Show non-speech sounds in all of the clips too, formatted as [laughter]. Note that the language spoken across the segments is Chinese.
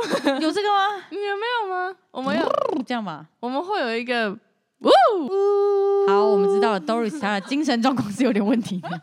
[laughs] 有这个吗？你们没有吗？我们有，这样吧，我们会有一个好，我们知道了，Doris 她的精神状况是有点问题的。 [laughs]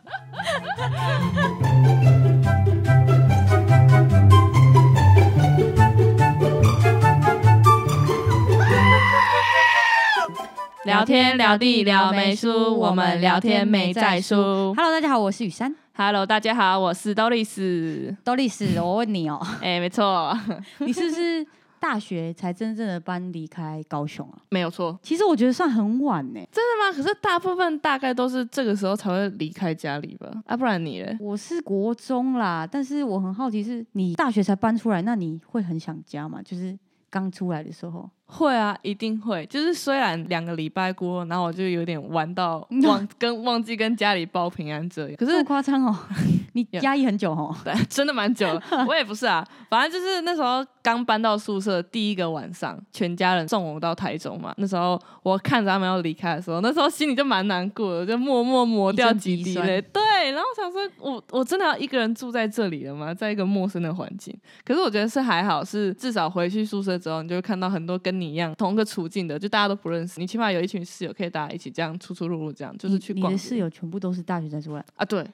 聊天聊地聊美术，我们聊天没在输。 Hello，大家好，我是雨珊 Hello，大家好，我是 Doris。 ，Doris，我问你哦，哎、没错， [laughs] [laughs] 你是不是大学才真正的搬离开高雄啊？没有错，其实我觉得算很晚呢、真的吗？可是大部分大概都是这个时候才会离开家里吧？啊，不然你嘞？我是国中啦，但是我很好奇是，你大学才搬出来，那你会很想家吗？就是刚出来的时候，会啊，一定会。就是虽然两个礼拜过后，然后我就有点玩到 [laughs] 忘跟忘记跟家里报平安这样，可这么是夸张哦， [laughs] 你有压抑很久哦。对， [laughs] 真的蛮久了。我也不是啊，反正就是那时候刚搬到宿舍第一个晚上，全家人送我到台中嘛。那时候我看着他们要离开的时候，那时候心里就蛮难过的，就默默抹掉几一阵滴鼻酸泪。对，然后想说我我真的要一个人住在这里了吗？在一个陌生的环境。可是我觉得是还好，是至少回去宿舍之后，你就会看到很多跟你一样同个处境的，就大家都不认识，你起码有一群室友可以大家一起这样出出入入，这样就是你去你逛的街室友全部都是大学才出来，啊，对。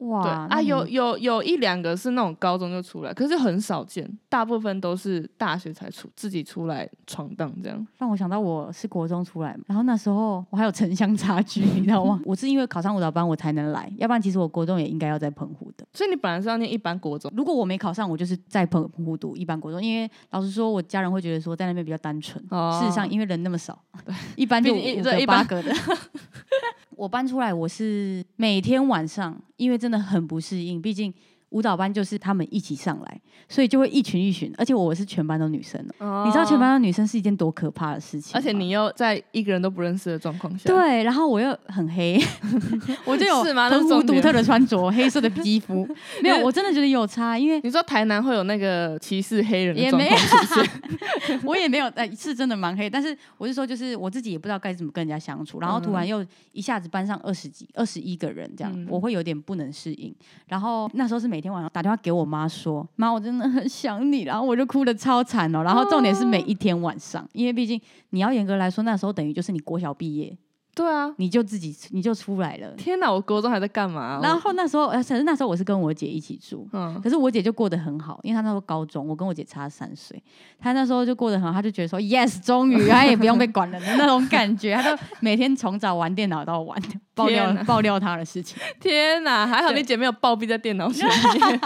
哇对那啊，你有有有一两个是那种高中就出来，可是很少见，大部分都是大学才出自己出来闯荡这样。让我想到我是国中出来嘛，然后那时候我还有城乡差距，你知道 [laughs] 吗？我是因为考上舞蹈班我才能来，要不然其实我国中也应该要在澎湖的。所以你本来是要念一般国中，如果我没考上，我就是在澎澎湖读一般国中，因为老实说，我家人会觉得说在那边比较单纯。哦事实上，因为人那么少，一般就毕竟五这个一八般个的。 [laughs] 我搬出来，我是每天晚上，因为真的很不适应，毕竟舞蹈班就是他们一起上来，所以就会一群一群，而且我是全班都女生哦、你知道全班的女生是一件多可怕的事情吗，而且你又在一个人都不认识的状况下，，对，然后我又很 [laughs] 黑，我就有是吗那是澎湖重点独特的穿着，黑色的皮 [laughs] 肤，没有，因为我真的觉得有差，因为你说台南会有那个歧视黑人的也状没有况是不是？啊 [laughs] 我也没有，哎，是真的蛮黑，但是我是说，就是我自己也不知道该怎么跟人家相处，然后突然又一下子班上二十几、二十一个人这样，嗯我会有点不能适应。然后那时候是每天晚上打电话给我妈说，妈，我真的很想你，然后我就哭的超惨哦。然后重点是每一天晚上，因为毕竟你要严格来说，那时候等于就是你国小毕业， [laughs] 对啊，你就自己你就出来了。天哪，我国中还在干嘛啊、然后那时候，呃，可是那时候我是跟我姐一起住，[laughs] 我嗯，可是我姐就过得很好，因为她那时候高中，我跟我姐差三岁，她那时候就过得很好，她就觉得说 yes，终于她也不用被管了的那种感觉，她就每天从早玩电脑到晚，爆料天哪爆料她的事情，天哪，还好对你姐没有暴毙在电脑 [laughs] 前面，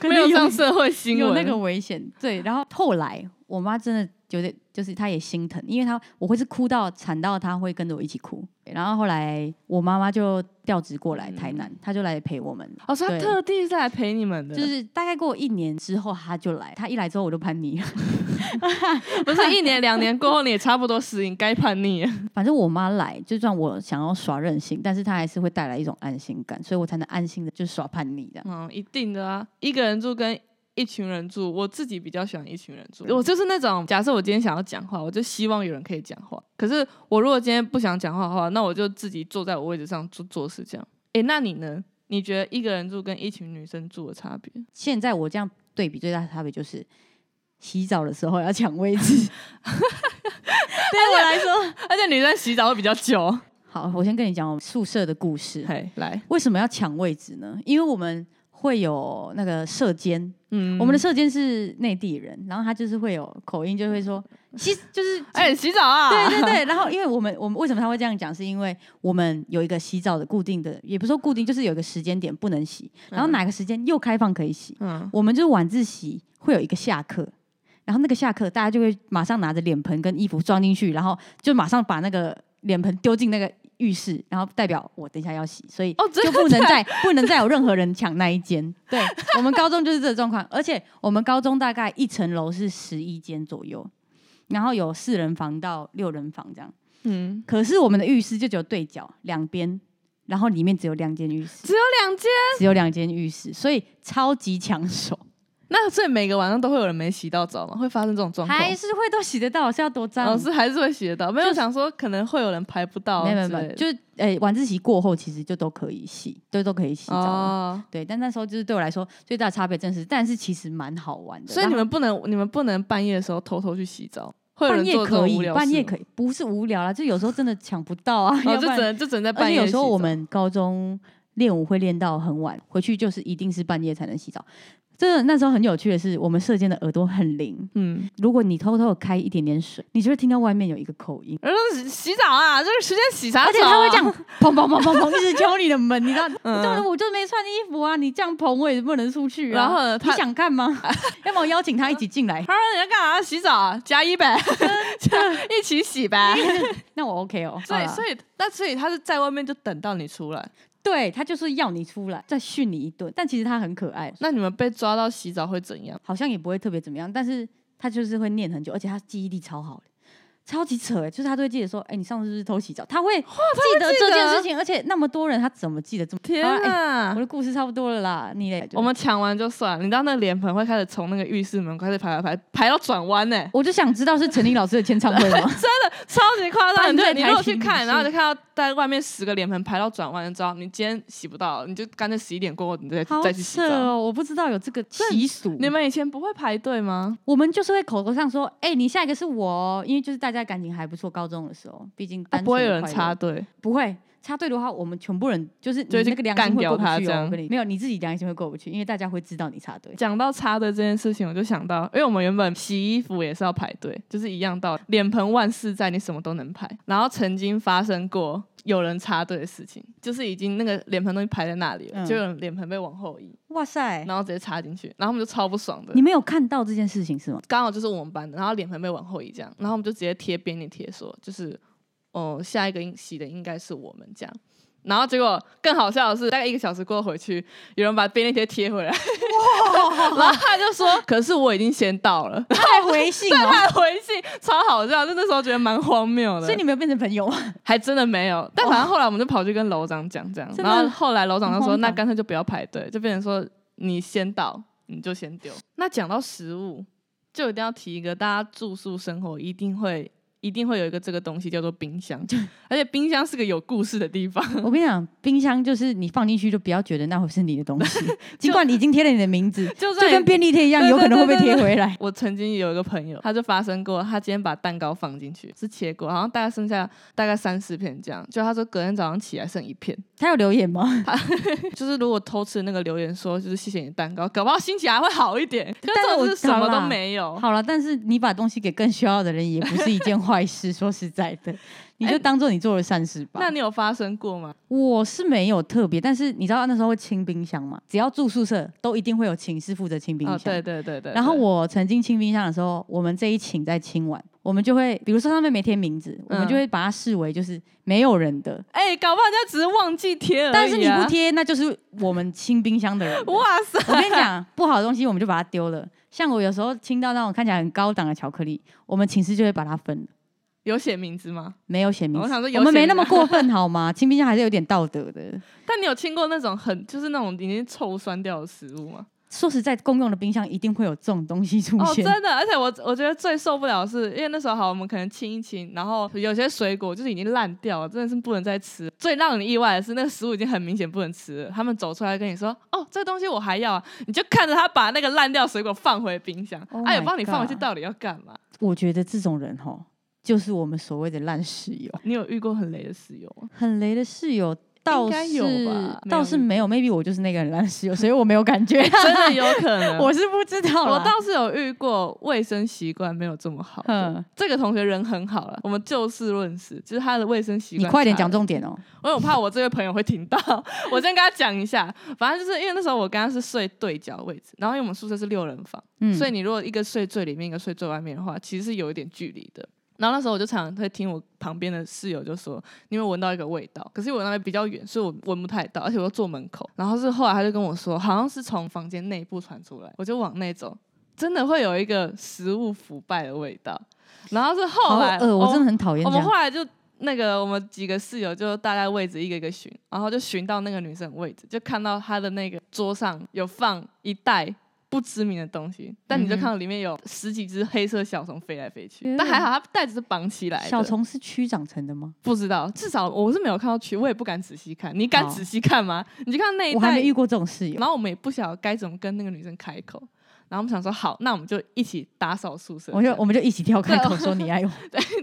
可 [laughs] 没是有有上社会新闻，有那个危险。对，然后后来我妈真的有点，就是她也心疼，因为她我会是哭到惨到她会跟着我一起哭，然后后来我妈妈就调职过来台嗯南，她就来陪我们。哦，所以他对特地是来陪你们的，就是大概过一年之后，她就来。她一来之后，我就叛逆 [laughs] 了。 [laughs] 不是一年两年过后你也差不多适应，该叛逆了。反正我妈来，就算我想要耍任性，但是她还是会带来一种安心感，所以我才能安心的就耍叛逆这样。 [laughs] 嗯，一定的啊，一个人住跟一群人住，我自己比较喜欢一群人住。我就是那种，假设我今天想要讲话，我就希望有人可以讲话。可是我如果今天不想讲话的话，那我就自己坐在我位置上做做事这样。诶，那你呢？你觉得一个人住跟一群女生住的差别？现在我这样对比最大的差别就是，洗澡的时候要抢位置。 [laughs] 对我来说，而且女生洗澡会比较久。好，我先跟你讲我们宿舍的故事。 [laughs] 嘿，来，为什么要抢位置呢？因为我们会有那个射监，嗯我们的射监是内地人，然后他就是会有口音，就会说，其实就是哎、洗澡啊，对对对， [laughs] 然后因为我们我们为什么他会这样讲，是因为我们有一个洗澡的固定的，也不是说固定，就是有一个时间点不能洗，然后嗯哪个时间又开放可以洗。嗯，我们就是晚自习会有一个下课，然后那个下课大家就会马上拿着脸盆跟衣服装进去，然后就马上把那个脸盆丢进那个浴室，然后代表我等一下要洗，所以哦，[laughs] 真就的不能再不能再有任何人抢那一间。 [laughs] 对我们高中就是这个状况，而且我们高中大概一层楼是十一间左右，然后有四人房到六人房这样。嗯，可是我们的浴室就只有对角两边，然 [laughs] 后里面只有两间浴室，只有两间，只有两间浴室，所以超级抢手。那所以每个晚上都会有人没洗到澡吗？会发生这种状况？还是会都洗得到，是要多脏？老师还哦是会哦洗得到，没有就是想说可能会有人排不到之没类有没的，有没有，就是呃晚自习过后其实就都可以洗，都都可以洗澡了。哦。对，但那时候就是对我来说最大的差别正是，但是其实蛮好玩的。所以你然后们不能，你们不能半夜的时候偷偷去洗澡，会有半人夜做这可种无以，聊半夜以，可以，不是无聊啦，就有时候真的抢不到啊，哦，要不就然只能就只能在而半且夜洗澡。有时候我们高中练舞会练到很晚，回去就是一定是半夜才能洗澡。真的，那时候很有趣的是，我们射箭的耳朵很灵。嗯，如果你偷偷地开一点点水，你就会听到外面有一个口 [laughs] 音，我说洗洗澡啊，这个时间洗啥澡、啊？而且他会这样砰砰砰砰砰一直敲你的门，你知 [laughs] 道？嗯这种我就没穿衣服啊，你这样砰我也不能出去啊。然后呢你他想干 [laughs] 嘛？要么我邀请他一起进来，他说你要干嘛？洗澡、啊，加 [laughs] 一呗，一起洗呗。那我 OK 哦。所以，以所以那所以他是在外面就等到你出来。对他就是要你出来再训你一顿，但其实他很可爱，那你们被抓到洗澡会怎样？好像也不会特别怎么样，但是他就是会念很久，而且他记忆力超好的超级扯哎、就是他都会记得说，哎、你上次是不是偷洗澡？他会记得记这件得啊事情，而且那么多人，他怎么记得这么？天啊好啦哎哪！我的故事差不多了啦，你嘞？我们抢完就算，你知道那脸盆会开始从那个浴室门开始排排排排到转弯呢，我就想知道是陈琳老师的签唱会 [laughs] 吗？超级夸张。反你就对你台如果体去女看，性然后你就看到在外面十个脸盆排到转弯，就知道你今天洗不到，你就干脆十一点过后你再好再去洗扯澡。哦，我不知道有这个习俗。你们以前不会排队吗？我们就是会口头上说，哎、你下一个是我哦，因为就是大家感情还不错，高中的时候，毕竟啊单纯不会有人快乐插队，不会插队的话，我们全部人就是你就会去那个良心干会掉过不他去这哦。样我跟你没有，你自己良心会过不去，因为大家会知道你插队。讲到插队这件事情，我就想到，因为我们原本洗衣服也是要排队，就是一样道理。脸盆万事在，你什么都能排。然后曾经发生过有人插队的事情，就是已经那个脸盆东西排在那里了，嗯就有人脸盆被往后移，哇塞，然后直接插进去，然后我们就超不爽的你。没有看到这件事情是吗？刚好就是我们班的，然后脸盆被往后移这样，然后我们就直接贴便利贴说，就是哦、下一个应洗的应该是我们这样。然后结果更好笑的是，大概一个小时过后回去，有人把便利贴贴回来，哦然后他就说：“可是我已经先到了。”太回信了， [laughs] 他回信超好笑，就那时候觉得蛮荒谬的，所以你没有变成朋友吗？还真的没有。但反正后来我们就跑去跟楼长讲这样，真的然后后来楼长很就说：“荒唐那干脆就不要排队，就变成说你先到你就先丢。”那讲到食物，就一定要提一个，大家住宿生活一定会。一定会有一个这个东西叫做冰箱， [laughs] 而且冰箱是个有故事的地方。 [laughs] [laughs] 我跟你讲，冰箱就是你放进去就不要觉得那会是你的东 [laughs] 西，尽管你已经贴了你的名字，就 [laughs] 就算跟便利贴一样，对有可能会被对对贴对回来。我曾经有一个朋友，他就发生过，他今天把蛋糕放进去是切过，好像大概剩下大概三四片这样，就他说隔天早上起来剩一片，他有留言吗？就是如果偷吃那个留言说，就是谢谢你蛋糕，搞不好心情还会好一点。但 [laughs] 但是我是什么好都啦没有，好了，但是你把东西给更需要的人也不是一件坏事。说实在的，你哎就当做你做了善事吧。那你有发生过吗？啊我是没有特别，但是你知道那时候会清冰箱嘛？只要住宿舍，都一定会有寝室负责清冰箱。哦，对对对对。然后对我曾经清冰箱的时候，我们这一寝在清完，我们就会，比如说上面没贴名字，我们嗯就会把它视为就是没有人的。哎、搞不好人家只是忘记贴而已、啊。但是你不，贴，那就是我们清冰箱的人的。 [laughs] 哇塞！我跟你讲，不好的东西我们就把它丢了。像我有时候清到那种看起来很高档的巧克力，我们寝室就会把它分了。有写名字吗？没有写名我字，想哦说有我们写没那名么过分好吗？ [laughs] 清冰箱还是有点道德的。但你有亲过那种很就是那种已经臭酸掉的食物吗？说实在，公用的冰箱一定会有这种东西出哦，现。真的，而且我我觉得最受不了的是，因为那时候好，我们可能清一清，然后有些水果就是已经烂掉了，真的是不能再吃。最让你意外的是，那个食物已经很明显不能吃了，他们走出来跟你说：“哦，这个东西我还要、啊。”你就看着他把那个烂掉水果放回冰箱， Oh 哎、 my 我帮你放回去 God 到底要干嘛？我觉得这种人吼，就是我们所谓的烂室友，你有遇过很雷的室友 [laughs] 吗？很雷的室友。倒应该是有吧没有倒是没有，maybe 我就是那个很烂室友，所以我没有感觉， [laughs] 真的有可 [laughs] 能。我是不知道啦。我倒是有遇过卫生习惯没有这么好的。嗯，这个同学人很好了，我们就事论事，就是他的卫生习你惯。快点讲重点哦。因为我怕我这位朋友会听到， [laughs] 我先跟他讲一下。反正就是因为那时候我跟他是睡对角位置，然后因为我们宿舍是六人房，嗯，所以你如果一个睡最里面，一个睡最外面的话，其实是有一点距离的。然后那时候我就常常会听我旁边的室友就说，你有没有闻到一个味道，可是因为我那边比较远，所以我闻不太到，而且我又坐门口。然后是后来他就跟我说，好像是从房间内部传出来，我就往内走，真的会有一个食物腐败的味道。然后是后好来，恶，我哦真的很讨厌我这们样后。来就那个我们几个室友就大概位置一个一个寻，然后就寻到那个女生的位置，就看到她的那个桌上有放一袋。不知名的东西，但你嗯就哼看到里面有十几只黑色小虫飞来飞去有，但还点好它袋子是绑起来的。嗯小虫是蛆长成的吗？不知道，至少我是没有看到蛆，我也不敢仔细看。你敢好仔细看吗？你就哎看那一哦我还袋没遇过这种室友。然后我们也不晓得该怎么跟那个女生开口，然后我们想说好，那我们就一起打扫宿舍。我就这样我们就一起跳开 [laughs] 口说你爱我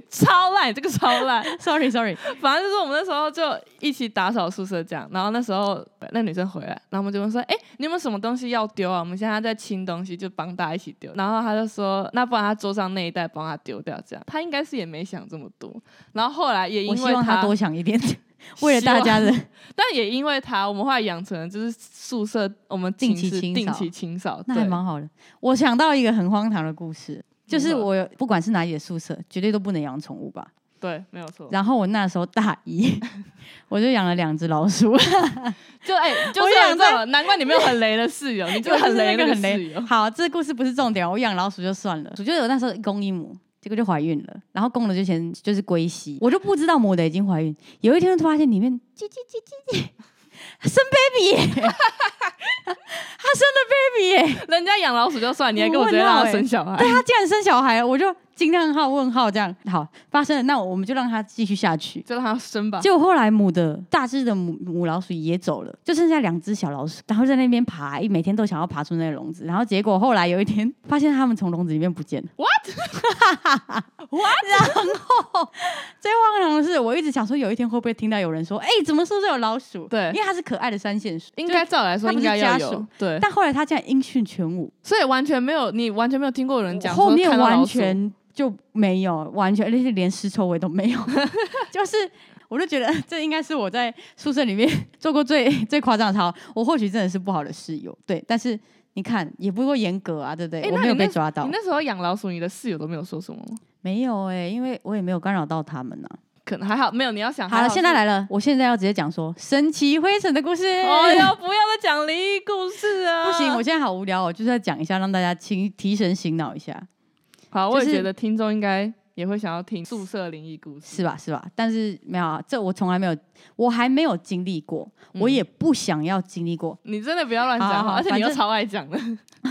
超烂，这个超烂。 ，sorry sorry，反正就是我们那时候就一起打扫宿舍这样。然后那时候呃那女生回来，然后我们就问说：“哎、你有没有什么东西要丢啊？我们现在在清东西，就帮大家一起丢。”然后她就说：“那不然她桌上那一袋帮她丢掉这样。”她应该是也没想这么多。然后后来也因我为希望他多想一点， [laughs] 为了大家的但也因为他，我们后来养成了就是宿舍我们定寝期室清定扫期清扫，那还对蛮好的。我想到一个很荒唐的故事，就是如何我有不管是哪里的宿舍，绝对都不能养宠物吧。对，没有错。然后我那时候大一， [laughs] 我就养了两只老鼠，就哎、就我是养这种，难怪你没有很雷的室友，你就是很 [laughs] 雷就的是 [laughs] 那个室友。好，这故事不是重点哦，我养老鼠就算了，我觉得我那时候一公一母。结果就怀孕了，然后公的就先就是归西，我就不知道母的已经怀孕。有一天就发现里面叽叽叽叽叽，生 baby，耶她生了 baby，耶人家养老鼠就算，你还跟我直接我问让号他生小孩， [laughs] 她竟然生小孩了，我就惊叹号问号这样。好，发生了，那我们就让她继续下去。就让他生吧。结果后来母的大只的母母老鼠也走了，就剩下两只小老鼠，然后在那边爬，每天都想要爬出那个笼子。然后结果后来有一天，发现它们从笼子里面不 [laughs] 见了。What？What？然后最荒唐的是，我一直想说有一天会不会听到有人说：“哎、怎么宿舍有老鼠？”对因为它是可爱的三线鼠，应该就。照来说他不应是该要家有属对，但后来它竟然音讯全无，所以完全没有你完全没有听过有人讲后说面看到完老鼠全就没有，完全而且连尸臭味都没有， [laughs] 就是。我就觉得这应该是我在宿舍里面做过最最夸张的操。我或许真的是不好的室友，对。但是你看，也不够严格啊，对不对？诶我那没有你被那抓到你，那时候养老鼠，你的室友都没有说什么吗？没有哎、因为我也没有干扰到他们呐、啊可啊能还好，没有。你要想好了，现在来。来了，我现在要直接讲说神奇灰尘的故事。哦哟，不要再讲灵异故事啊！哎不行，我现在好无聊、哦，我就是要讲一下，让大家清提神醒脑一下。好，我也就是觉得听众应该也会想要听宿舍灵异故事。是吧？是吧？但是没有，啊，这我从来没有，我还没有经历过，嗯我也不想要经历过， [laughs] 你真的不要乱讲好好话，而且你又反正超爱讲的。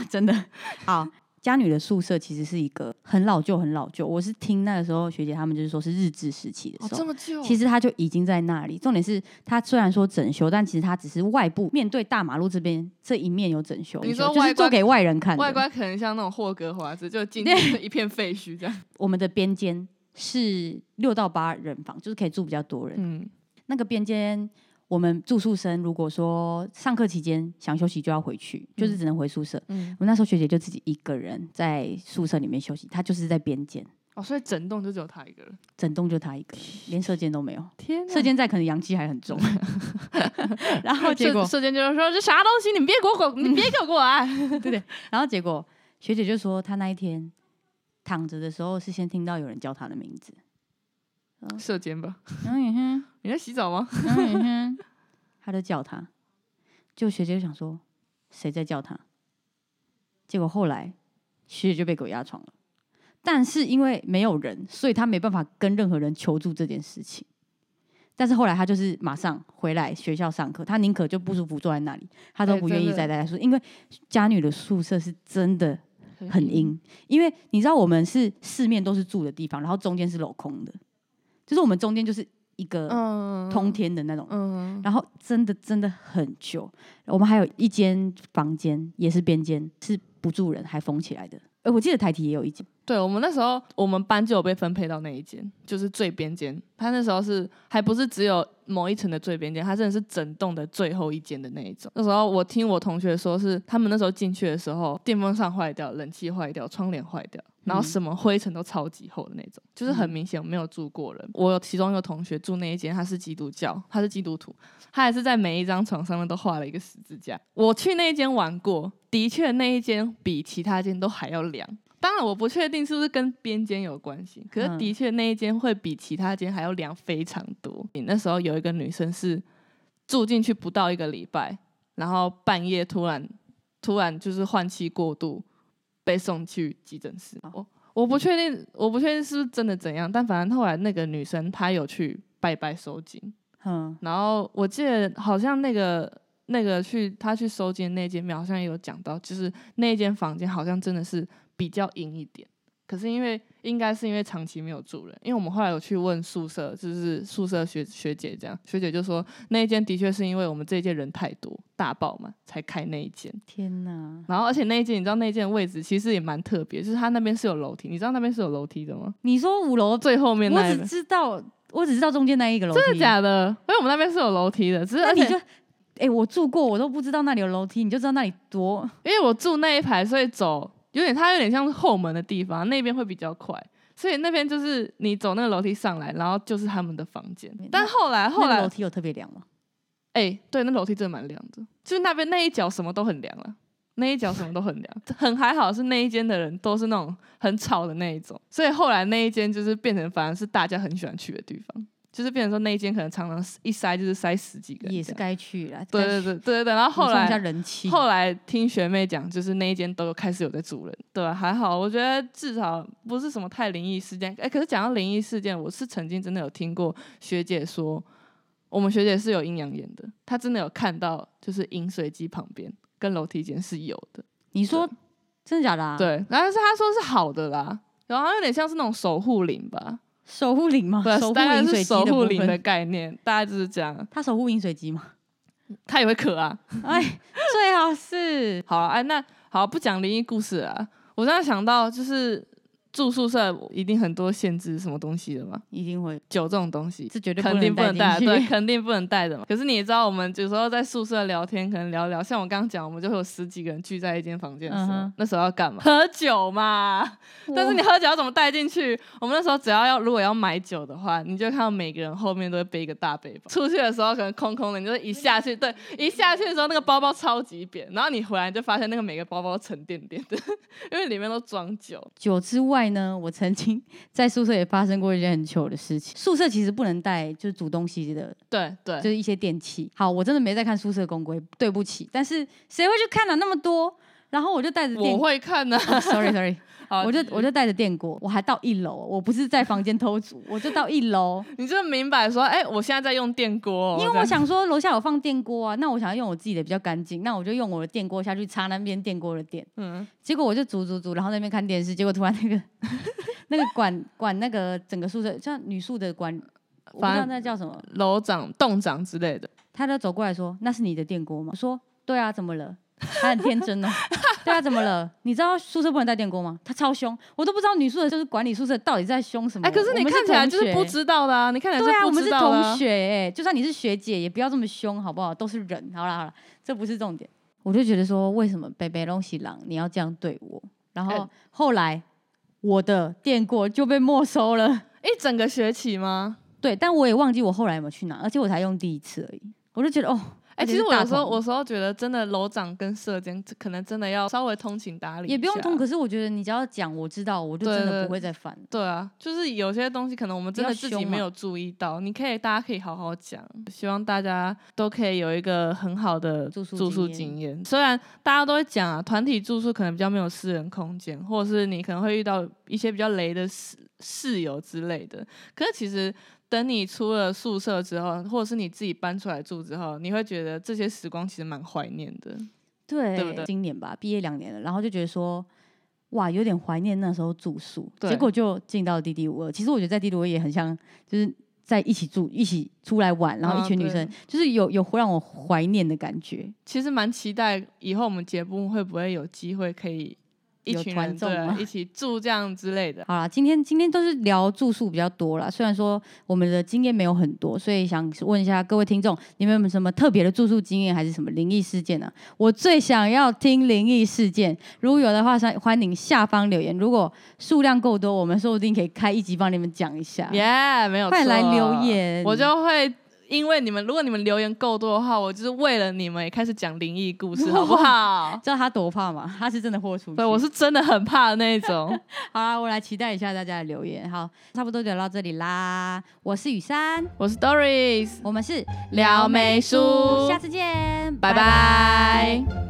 真的。好，家女的宿舍其实是一个很老旧、很老旧，我是听那个时候学姐她们就是说是日治时期的时候。哦么久其实它就已经在那里。重点是，它虽然说整修，但其实它只是外部面对大马路这边这一面有整修，你说就外是观做给外人看的。外观可能像那种霍格华兹，就进去一片废墟 [laughs] 这样。我们的边间是六到八人房，就是可以住比较多人。嗯，那个边间，我们住宿生如果说上课期间想休息就要回去，就是只能回宿舍。嗯我那时候学姐就自己一个人在宿舍里面休息，她就是在边间，哦，所以整栋就只有他一个人。整栋就她一个人，连射箭都没有。天射箭在可能阳气还很 [laughs] 重，然后结果，瞬间就是说这啥东西，你别给我滚，你别给我过来。然后结果学姐就说她那一天躺着的时候是先听到有人叫她的名 [laughs] 字，射箭吧，杨雨嗯哼，你在洗澡吗？杨雨哼，她就叫她，就学姐就想说谁在叫她，结果后来学姐就被鬼压床了，但是因为没有人，所以她没办法跟任何人求助这件事情。但是后来她就是马上回来学校上课，她宁可就不舒服坐在那里，她都哎不愿意真的再待在宿舍，因为家女的宿舍是真的很硬，阴，因为你知道我们是四面都是住的地方，然后中间是镂空的，就是我们中间就是一个嗯通，天的那种，嗯，然后真的真的很久。我们还有一间房间也是边间，是不住人还封起来的。哎，我记得台体也有一间，对我们那时候，我们班就有被分配到那一间，就是最边间。他那时候是还不是只有某一层的最边间，他真的是整栋的最后一间的那一种。那时候我听我同学说是，他们那时候进去的时候，电风扇坏掉，冷气坏掉，窗帘坏掉，然后嗯什么灰尘都超级厚的那种，就是很明显没有住过人。我有其中一个同学住那一间，他是基督教，他是基督徒，他还是在每一张床上面都画了一个十字架。我去那一间玩过，的确那一间比其他间都还要凉。当然，我不确定是不是跟边间有关系，可是嗯的确那一间会比其他间还要凉非常多。那时候有一个女生是住进去不到一个礼拜，然后半夜突然突然就是换气过度，被送去急诊室。我我不确定，我不确定是不是真的怎样，但反正后来那个女生她有去拜拜收紧，嗯，然后我记得好像那个那个去他去收金那间庙好像也有讲到，就是那间房间好像真的是比较阴一点。可是因为应该是因为长期没有住人，因为我们后来有去问宿舍，就是宿舍学学姐这样，学姐就说那一间的确是因为我们这一届人太多大爆嘛，才开那一间。天哪，然后而且那一间你知道那一间位置其实也蛮特别，就是它那边是有楼梯，你知道那边是有楼梯的吗？你说五楼，最后面我那一只边知道我只知道中间那一个楼梯，真的假的？因为我们那边是有楼梯的，只是那而你且就，哎、我住过，我都不知道那里有楼梯，你就知道那里多因为我住那一排，所以走有点它有点像是后门的地方，那边会比较快。所以那边就是你走那个楼梯上来，然后就是他们的房间。但后来后那来个楼，梯有特别凉吗？哎、对，那楼梯真的蛮凉的，就是那边那一角什么都很凉了，那一角什么都很 [laughs] 凉，很还好是那一间的人都是那种很吵的那一种，所以后来那一间就是变成反而是大家很喜欢去的地方，就是变成说那一间可能常常一塞就是塞十几个人这样，也是该去啦，对该对去对对对对，然后后补充一下来人气，后来听学妹讲，就是那一间都有开始有在住人，对啊，还好，我觉得至少不是什么太灵异事件。哎、可是讲到灵异事件，我是曾经真的有听过学姐说，我们学姐是有阴阳眼的，她真的有看到，就是饮水机旁边跟楼梯间是有的，你说真的假的、啊？，对，但是她说是好的啦，然后有点像是那种守护灵吧，守护灵嘛，对啊，哦守护当然饮是水机守的护部灵的分，概念，大家就是这样，他守护饮水机 [laughs] 嘛，她也会渴啊。哎，最好是好啊，哎，那好，不讲灵异故事了啊。我现在想到，就是住宿舍一定很多限制什么东西的嘛，一定会，酒这种东西这绝对肯定不能带，啊带进去 [laughs] 对，肯定不能带的嘛。可是你也知道，我们有时候在宿舍聊天，可能聊聊，像我刚刚讲，我们就会有十几个人聚在一间房间的时候，嗯哼那时候要干嘛？喝酒嘛。但是你喝酒要怎么带进去？我们那时候只要要如果要买酒的话，你就看到每个人后面都会背一个大背包。出去的时候可能空空的，你就一下去，对，一下去的时候那个包包超级扁，然后你回来就发现那个每个包包沉甸甸的， [laughs] 因为里面都装酒。酒之外呢，我曾经 [laughs] 在宿舍也发生过一件很糗的事情。宿舍其实不能带就是煮东西的，对对就，是一些电器。好，我真的没在看宿舍公规，对不起。但是谁会去看啊了、那么多？然后我就带着电我会看 [laughs] [laughs] 呢、哦，sorry sorry，好，我就我就带着电锅，我还到一楼，我不是在房间偷煮，我就到一楼，你就明白说，哎、我现在在用电锅、哦，因这为我样想说楼下有放电锅啊，那我想要用我自己的比较干净，那我就用我的电锅下去插那边电锅的电。嗯，结果我就煮煮煮，然后在那边看电视，结果突然那个 [laughs] 那个管管那个整个宿舍，像女宿的管，我不知反道正那叫什么，楼长、栋长之类的，他就走过来说：“那是你的电锅吗？”我说：“对啊，怎么了？”他很天 [laughs] 真哦，对啊，怎么了？你知道宿舍不能带电锅吗？他超凶，我都不知道女宿舍就是管理宿舍到底在凶什么。哎、可是我你们看起来同就是不学知道的啊，你看起来对啊，我不们知是道的、同学、欸，就算你是学姐，也不要这么凶，好不好？都是人，好啦好啦，这不是重点。我就觉得说，为什么北北龙喜郎你要这样对我？然后嗯后来我的电锅就被没收了，一整个学期吗？对，但我也忘记我后来有没有去拿，而且我才用第一次而已，我就觉得哦，哎、而且其实是我大有时候，同我有时候觉得真的楼长跟社监这可能真的要稍微通情达理，也不用痛。可是我觉得你只要讲，我知道，我就真对对的不会再犯。对啊，就是有些东西可能我们真的比较自己凶没啊有注意到，你可以大家可以好好讲，希望大家都可以有一个很好的住宿住宿经验经验。虽然大家都会讲啊，团体住宿可能比较没有私人空间，或者是你可能会遇到一些比较雷的室室友之类的，可是其实等你出了宿舍之后，或者是你自己搬出来住之后，你会觉得这些时光其实蛮怀念的。对，对不对今年吧，毕业两年了，然后就觉得说，哇，有点怀念那时候住宿，对结果就进到滴滴五二。其实我觉得在滴滴五二也很像，就是在一起住、一起出来玩，然后啊一群女对生，就是有有让我怀念的感觉。其实蛮期待以后我们节目会不会有机会可以一有群团人众对啊吗一起住这样之类的。好啦，今天今天都是聊住宿比较多啦，虽然说我们的经验没有很多，所以想问一下各位听众，你们有没有什么特别的住宿经验，还是什么灵异事件呢、我最想要听灵异事件，如果有的话，欢欢迎下方留言。如果数量够多，我们说不定可以开一集帮你们讲一下。耶、没有啊快来错留言我就会因为你们，如果你们留言够多的话，我就是为了你们也开始讲灵异故 [laughs] 事，好不好？知道他多怕吗？他是真的豁出去。对，我是真的很怕的那一种。好啦，我来期待一下大家的留言。好，差不多就聊到这里啦。我是雨珊，我是 Doris，我们是撩妹叔，叔下次见，拜拜